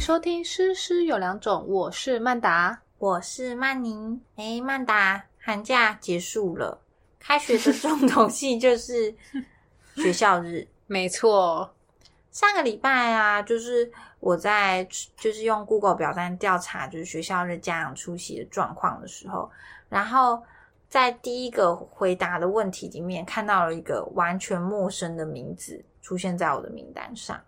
收听《诗诗有两种》，我是曼达。我是曼宁。哎，曼达，寒假结束了，开学的重头戏就是学校日。没错，上个礼拜啊，就是我在就是用 Google 表单调查，就是学校日家长出席的状况的时候，然后在第一个回答的问题里面看到了一个完全陌生的名字出现在我的名单上。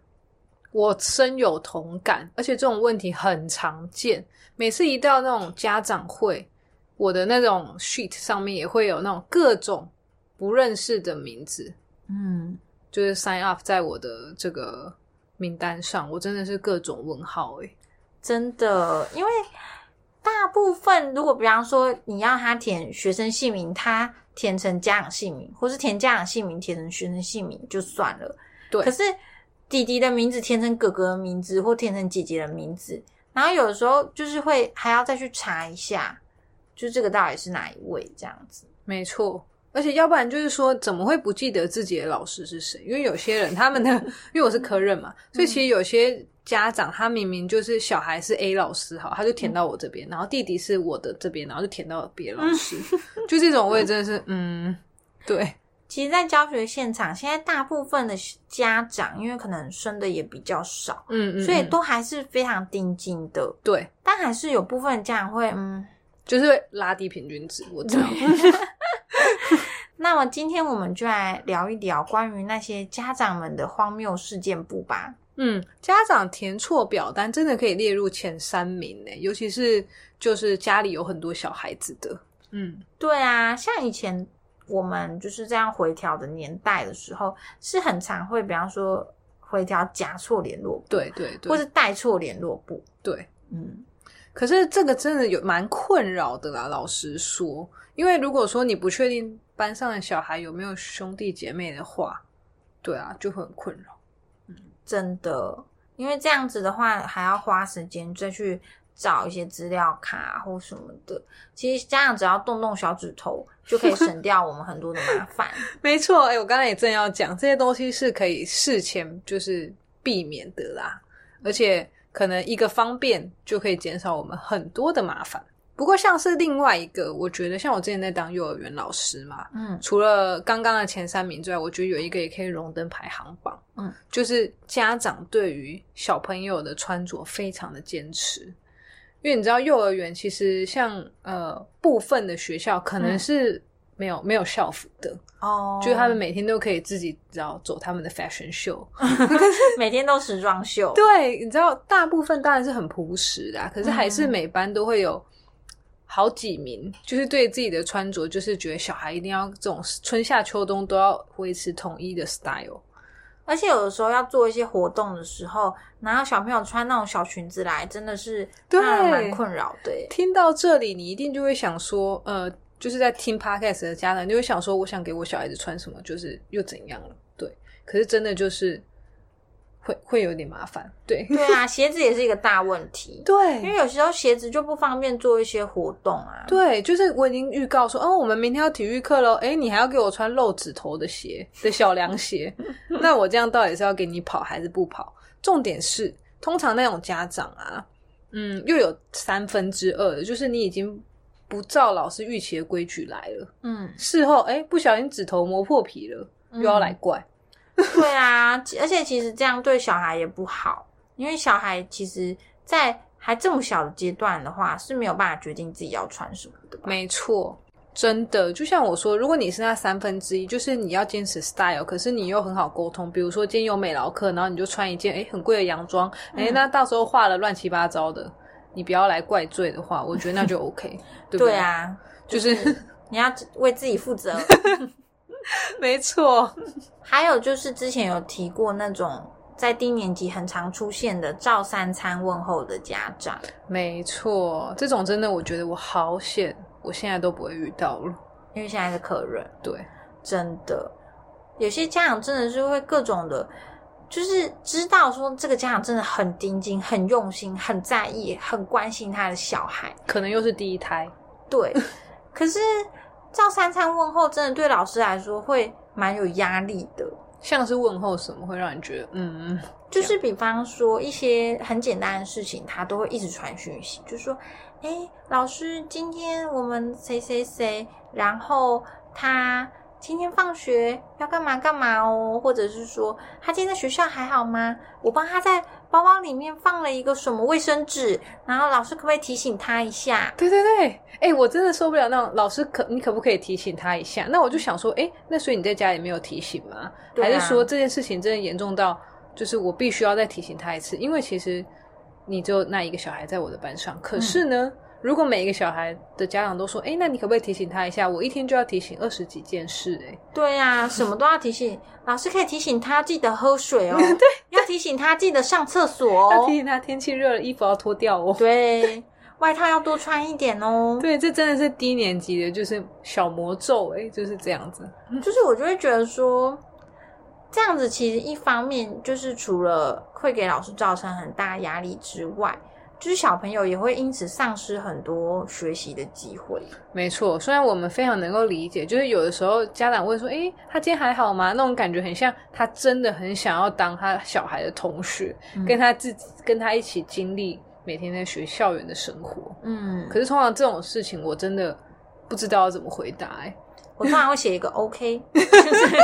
我深有同感，而且这种问题很常见。每次一到那种家长会，我的那种 sheet 上面也会有那种各种不认识的名字，嗯，就是 sign up 在我的这个名单上，我真的是各种问号欸诶、真的，因为大部分如果比方说你要他填学生姓名，他填成家长姓名，或是填家长姓名填成学生姓名就算了。对可是弟弟的名字填成哥哥的名字，或填成姐姐的名字，然后有的时候就是会还要再去查一下，就这个到底是哪一位这样子。没错，而且要不然就是说，怎么会不记得自己的老师是谁？因为有些人他们的， 因为我是科任嘛，所以其实有些家长他明明就是小孩是 A 老师好，他就填到我这边，然后弟弟是我的这边，然后就填到别的老师，就这种我也真的是，嗯，对，其实，在教学现场，现在大部分的家长，因为可能生的也比较少，嗯嗯，所以嗯都还是非常盯紧的。对，但还是有部分家长会，嗯，就是会拉低平均值，我知道，那么今天我们就来聊一聊关于那些家长们的荒谬事件簿吧。嗯，家长填错表单真的可以列入前三名呢，欸尤其是就是家里有很多小孩子的，嗯。对啊，像以前我们就是这样回调的年代的时候，是很常会，比方说回调夹错联络簿，对对对，或是带错联络簿，对，嗯，可是这个真的有蛮困扰的啦，老实说，因为如果说你不确定班上的小孩有没有兄弟姐妹的话，对啊，就会很困扰。真的，因为这样子的话，还要花时间再去找一些资料卡啊或什么的。其实家长只要动动小指头，就可以省掉我们很多的麻烦。 没错，哎、我刚才也正要讲，这些东西是可以事前就是避免的啦，而且可能一个方便就可以减少我们很多的麻烦。不过像是另外一个，我觉得像我之前在当幼儿园老师嘛，嗯除了刚刚的前三名之外，我觉得有一个也可以荣登排行榜，嗯，就是家长对于小朋友的穿着非常的坚持，因为你知道幼儿园其实像呃部分的学校可能嗯是没有、没有校服的，哦就是他们每天都可以自己知道走他们的 fashion show，每 天都时装秀，对，你知道大部分当然是很朴实的啊、可是还是每班都会有好几名，就是对自己的穿着，就是觉得小孩一定要这种春夏秋冬都要维持统一的 style。而且有的时候要做一些活动的时候，然后小朋友穿那种小裙子来，真的是对让人蛮困扰的耶。听到这里，你一定就会想说，呃，就是在听 podcast 的家长就会想说，我想给我小孩子穿什么，就是又怎样了？对，可是真的就是会会有点麻烦，对对啊，鞋子也是一个大问题，因对为有时候鞋子就不方便做一些活动啊。对，就是我已经预告说，哦，我们明天要体育课喽，诶，你还要给我穿露指头的鞋 的小凉鞋，那我这样到底是要给你跑还是不跑？重点是，通常那种家长啊，嗯，又有三分之二的，就是你已经不照老师预期的规矩来了，嗯，事后诶，不小心指头磨破皮了，又要来怪。对啊，而且其实这样对小孩也不好，因为小孩其实，在还这么小的阶段的话，是没有办法决定自己要穿什么的吧。没错，真的，就像我说，如果你是那三分之一，就是你要坚持 style，可是你又很好沟通。比如说今天有美劳课，然后你就穿一件诶很贵的洋装，诶，嗯那到时候画了乱七八糟的，你不要来怪罪的话，我觉得那 就 OK，对不对，啊，就是、你要为自己负责。 没错，还有就是之前有提过那种在低年级很常出现的照三餐问候的家长，没错，这种真的，我觉得我好险，我现在都不会遇到了。因为现在是可人，对，真的有些家长真的是会各种的，就是知道说这个家长真的很盯紧、很用心、很在意、很关心他的小孩，可能又是第一胎，对。可是照三餐问候真的对老师来说会蛮有压力的，像是问候什么会让你觉得嗯就是比方说一些很简单的事情，他都会一直传讯息，就说：“哎，老师，今天我们谁谁谁，然后他今天放学要干嘛干嘛哦，或者是说他今天在学校还好吗？我帮他在包包里面放了一个什么卫生纸，然后老师可不可以提醒他一下？对对对，哎、我真的受不了那种老师可你可不可以提醒他一下？那我就想说，哎、那所以你在家也没有提醒吗？对啊还是说这件事情真的严重到就是我必须要再提醒他一次？因为其实你只有那一个小孩在我的班上，可是呢，嗯如果每一个小孩的家长都说，哎、那你可不可以提醒他一下？我一天就要提醒二十几件事、哎诶 对呀、什么都要提醒。老师可以提醒他记得喝 水哦，对，要提醒他记得上厕所哎， 要哦提，醒他天气热了，衣服要脱掉哦。对，外套要多穿一点哦。对，这真的是低年级的，就是小魔咒、诶哎，就是这样子。就是我就会觉得说，这样子其实一方面就是除了会给老师造成很大压力之外，就是小朋友也会因此丧失很多学习的机会。没错，虽然我们非常能够理解，就是有的时候家长问说：“诶，他今天还好吗？”那种感觉很像他真的很想要当他小孩的同学，嗯跟他自己跟他一起经历每天在学校园的生活。嗯，可是通常这种事情，我真的不知道要怎么回答、诶我通常会写一个 OK，就是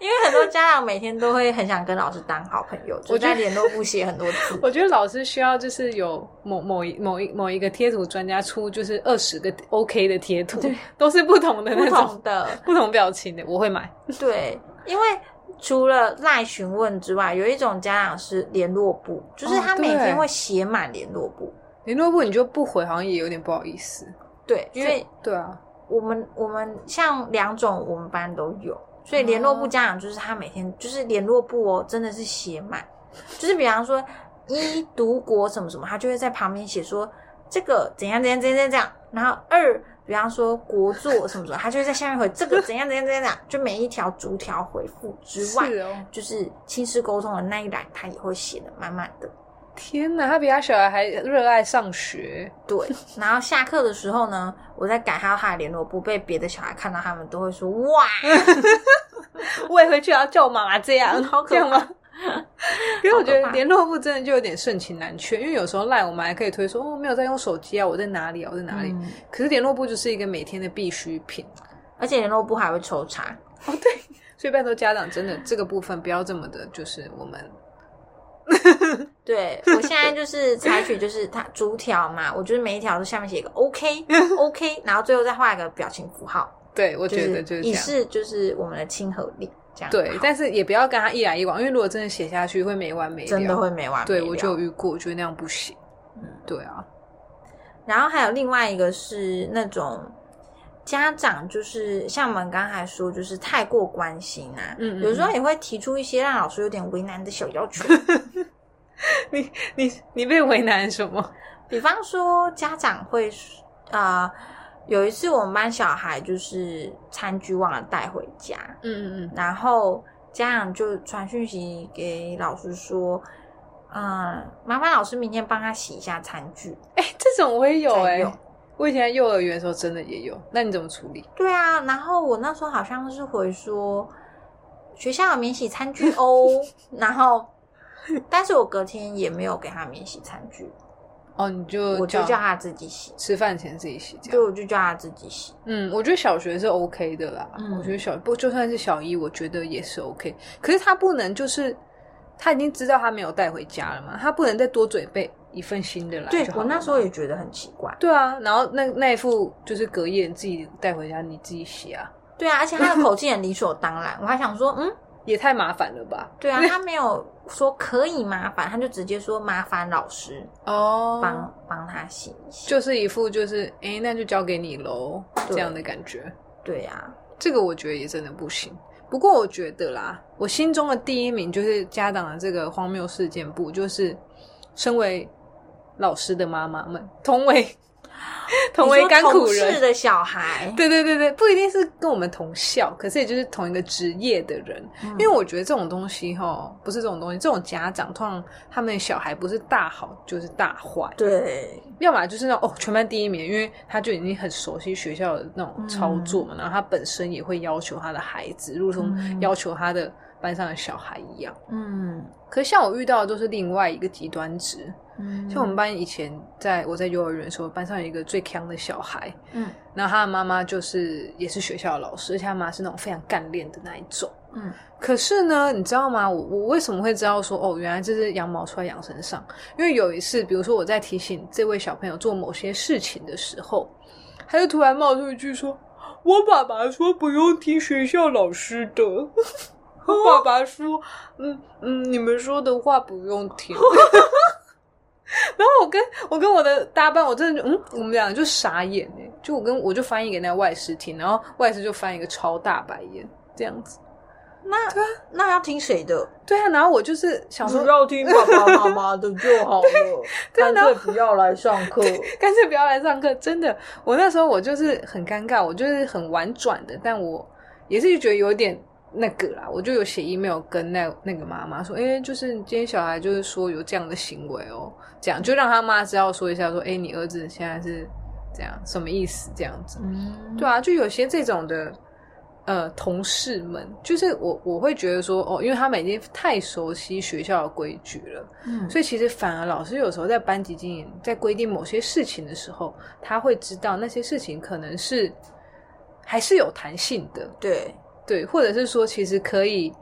因为很多家长每天都会很想跟老师当好朋友，就我觉得在联络簿写很多 字。我觉得老师需要就是有某某一某一某一个贴图专家出就是二十个 OK 的贴图，都是不同的不那同种的，不同表情的，我会买。对，因为除了赖询问之外，有一种家长是联络簿，就是哦他每对天会写满联络簿。联络部你就不回，好像也有点不好意思。对，因为对啊，我们我们像两种我们班都有，所以联络部哦家长就是他每天就是联络部哦，真的是写满， 就是比方说一读国什么什么，他就会在旁边写说这个怎样怎样怎样怎样怎样，然后二比方说国作什么什么，他就会在下面回这个怎样怎样怎样怎样，就每一条逐条回复之外是，哦，就是亲师沟通的那一栏，他也会写的满满的。天哪，他比他小孩还热爱上学，对，然后下课的时候呢，我在改他他的联络簿，被别的小孩看到，他们都会说哇， 我也回去要啊叫我妈妈这样，好可怕这样吗？ 因为我觉好可得怕联络部真的就有点盛情难却，因为有时候赖我们还可以推说哦没有在用手机啊，我在哪里啊，我在哪里。嗯可是联络部就是一个每天的必需品，而且联络部还会抽查。哦 所以拜托家长真的这个部分不要这么的，就是我们对我现在就是采 取就是它逐条嘛，我就是每一条都下面写一个 OK OK，然后最后再画一个表情符号，对我就觉得是就是这以样。示就是我们的亲和力这样。对好，但是也不要跟他一来一往，因为如果真的写下去会没完没了。真的会没完没了。对我就有遇过，我觉得那样不行。嗯对啊，然后还有另外一个是那种家长，就是像我们刚才说，就是太过关心啊，嗯嗯嗯有时候也会提出一些让老师有点为难的小要求。你你被为难什么？比方说，家长会啊、呃有一次我们班小孩就是餐具忘了带回家，嗯嗯嗯，然后家长就传讯息给老师说。嗯，麻烦老师明天帮他洗一下餐具。哎、这种我也有再哎、用我以前在幼儿园的时候真的也有，那你怎么处理？对啊，然后我那时候好像是回说学校有免洗 餐具哦，然后但是我隔天也没有给他免洗餐具，哦，你就我就叫他自己洗，吃饭前自己洗这对，样。我就叫他自己洗。嗯，我觉得小学是 OK 的啦。嗯我觉得小不就算是小一，我觉得也是 OK。可是他不能就是他已经知道他没有带回家了嘛，他不能再多准备一份新的来对就好我了嘛那时候也觉得很奇怪，对啊，然后那那一副就是隔夜你自己带回家，你自己洗啊，对啊，而且他的口气很理所当然，我还想说，嗯，也太麻烦了吧？对啊，他没有说可以麻烦，他就直接说麻烦老师哦帮、帮他洗一洗。就是一副就是哎、诶那就交给你喽这对样的感觉。对啊，这个我觉得也真的不行。不过我觉得啦，我心中的第一名就是家长的这个荒谬事件簿，就是身为老师的妈妈们，同 为同为甘苦你说同事人。的小孩， 对对对对，不一定是跟我们同校，可是也就是同一个职业的人，嗯因为我觉得这种东西哈，不是这种东西，这种家长通常他们小孩不是大好就是大坏，对要么就是那种哦，全班第一名，因为他就已经很熟悉学校的那种操作嘛，然后他本身也会要求他的孩子，如同嗯要求他的班上的小孩一样。嗯可是像我遇到的都是另外一个极端值，嗯，像我们班以前在我在幼儿园的时候，班上有一个最强的小孩，嗯然后他的妈妈就是也是学校的老师，而且他妈是那种非常干练的那一种。嗯可是呢，你知道吗？我我为什么会知道说哦，原来这是羊毛出在羊身上？因为有一次，比如说我在提醒这位小朋友做某些事情的时候，他就突然冒出一句说：“我爸爸说不用听学校老师的。”我爸爸说：“嗯嗯，你们说的话不用听。”然后我跟我跟我的搭档，我真的就嗯，我们俩就傻眼哎、就我跟我就翻译给那外师听，然后外师就翻一个超大白眼这样子。那那要听谁的？对啊，然后我就是想说，要听爸爸妈妈的就好 了，对然后不要来上课。 干脆不要来上课，真的。我那时候我就是很尴尬，我就是很婉转的，但我也是觉得有点那个啦，我就有写 email 跟那那个妈妈说，哎、就是今天小孩就是说有这样的行为哦，这样就让他妈知道说一下说，哎、你儿子现在是这样什么意思这样子。嗯，对啊，就有些这种的呃同事们，就是我我会觉得说哦，因为他们已经太熟悉学校的规矩了，嗯，所以其实反而老师有时候在班级经营在规定某些事情的时候，他会知道那些事情可能是还是有弹性的，对，对，或者是说其实可以。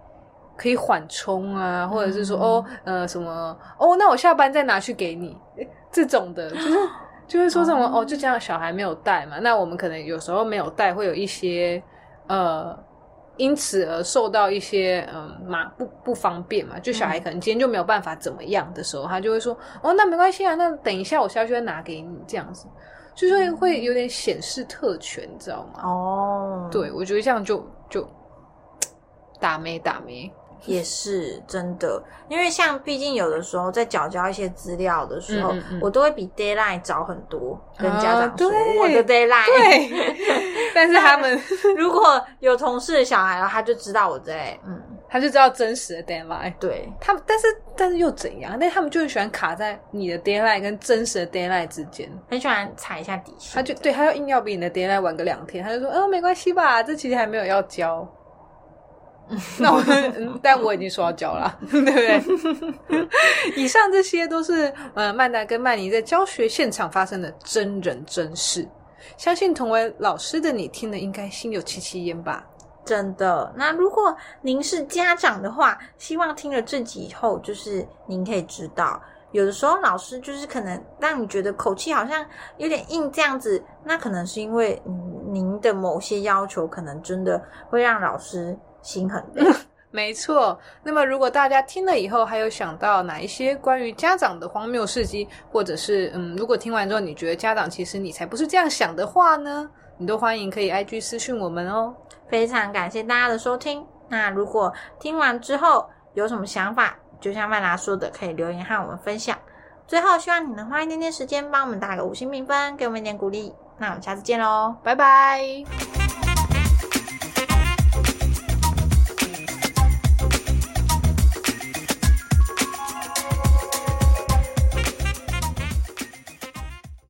可以缓冲啊，或者是说、嗯哦，呃，什么哦，那我下班再拿去给你，这种的，就是就是说什么哦哦，就这样小孩没有带嘛，那我们可能有时候没有带，会有一些呃，因此而受到一些嗯嘛不不方便嘛，就小孩嗯可能今天就没有办法怎么样的时候，他就会说哦，那没关系啊，那等一下我下去再拿给你这样子，就是会嗯会有点显示特权，你知道吗？哦，对，，我觉得这样就就打没打没，也是真的，因为像毕竟有的时候在缴交一些资料的时候，嗯嗯嗯我都会比 d a y l i g h t 早很多，跟啊家长说、对我的 d a y l i g h t 对， 但是他们 如果有同事的小孩了，他就知道我在，嗯，他就知道真实的 deadline。对，他们，但是但是又怎样？但他们就很喜欢卡在你的 deadline 跟真实的 deadline 之间，很喜欢踩一下底线。他就对他要硬要比你的 deadline 晚个两天，他就说，嗯、没关系吧，这其实还没有要交。那我，嗯但我已经说要交了， 对不对？ 以上这些都是呃曼达跟曼妮在教学现场发生的真人真事，相信同为老师的你听了应该心有戚戚焉吧。真的。那如果您是家长的话，希望听了这集以后，就是您可以知道，有的时候老师就是可能让你觉得口气好像有点硬这样子，那可能是因为嗯您的某些要求，可能真的会让老师心很累。没错。那么，如果大家听了以后还有想到哪一些关于家长的荒谬事迹，或者是嗯，如果听完之后你觉得家长其实你才不是这样想的话呢，你都欢迎可以 IG 私讯我们哦。非常感谢大家的收听。那如果听完之后有什么想法，就像曼达说的，可以留言和我们分享。最后，希望你能花一点点时间帮我们打个五星评分，给我们一点鼓励。那我们下次见喽，拜拜。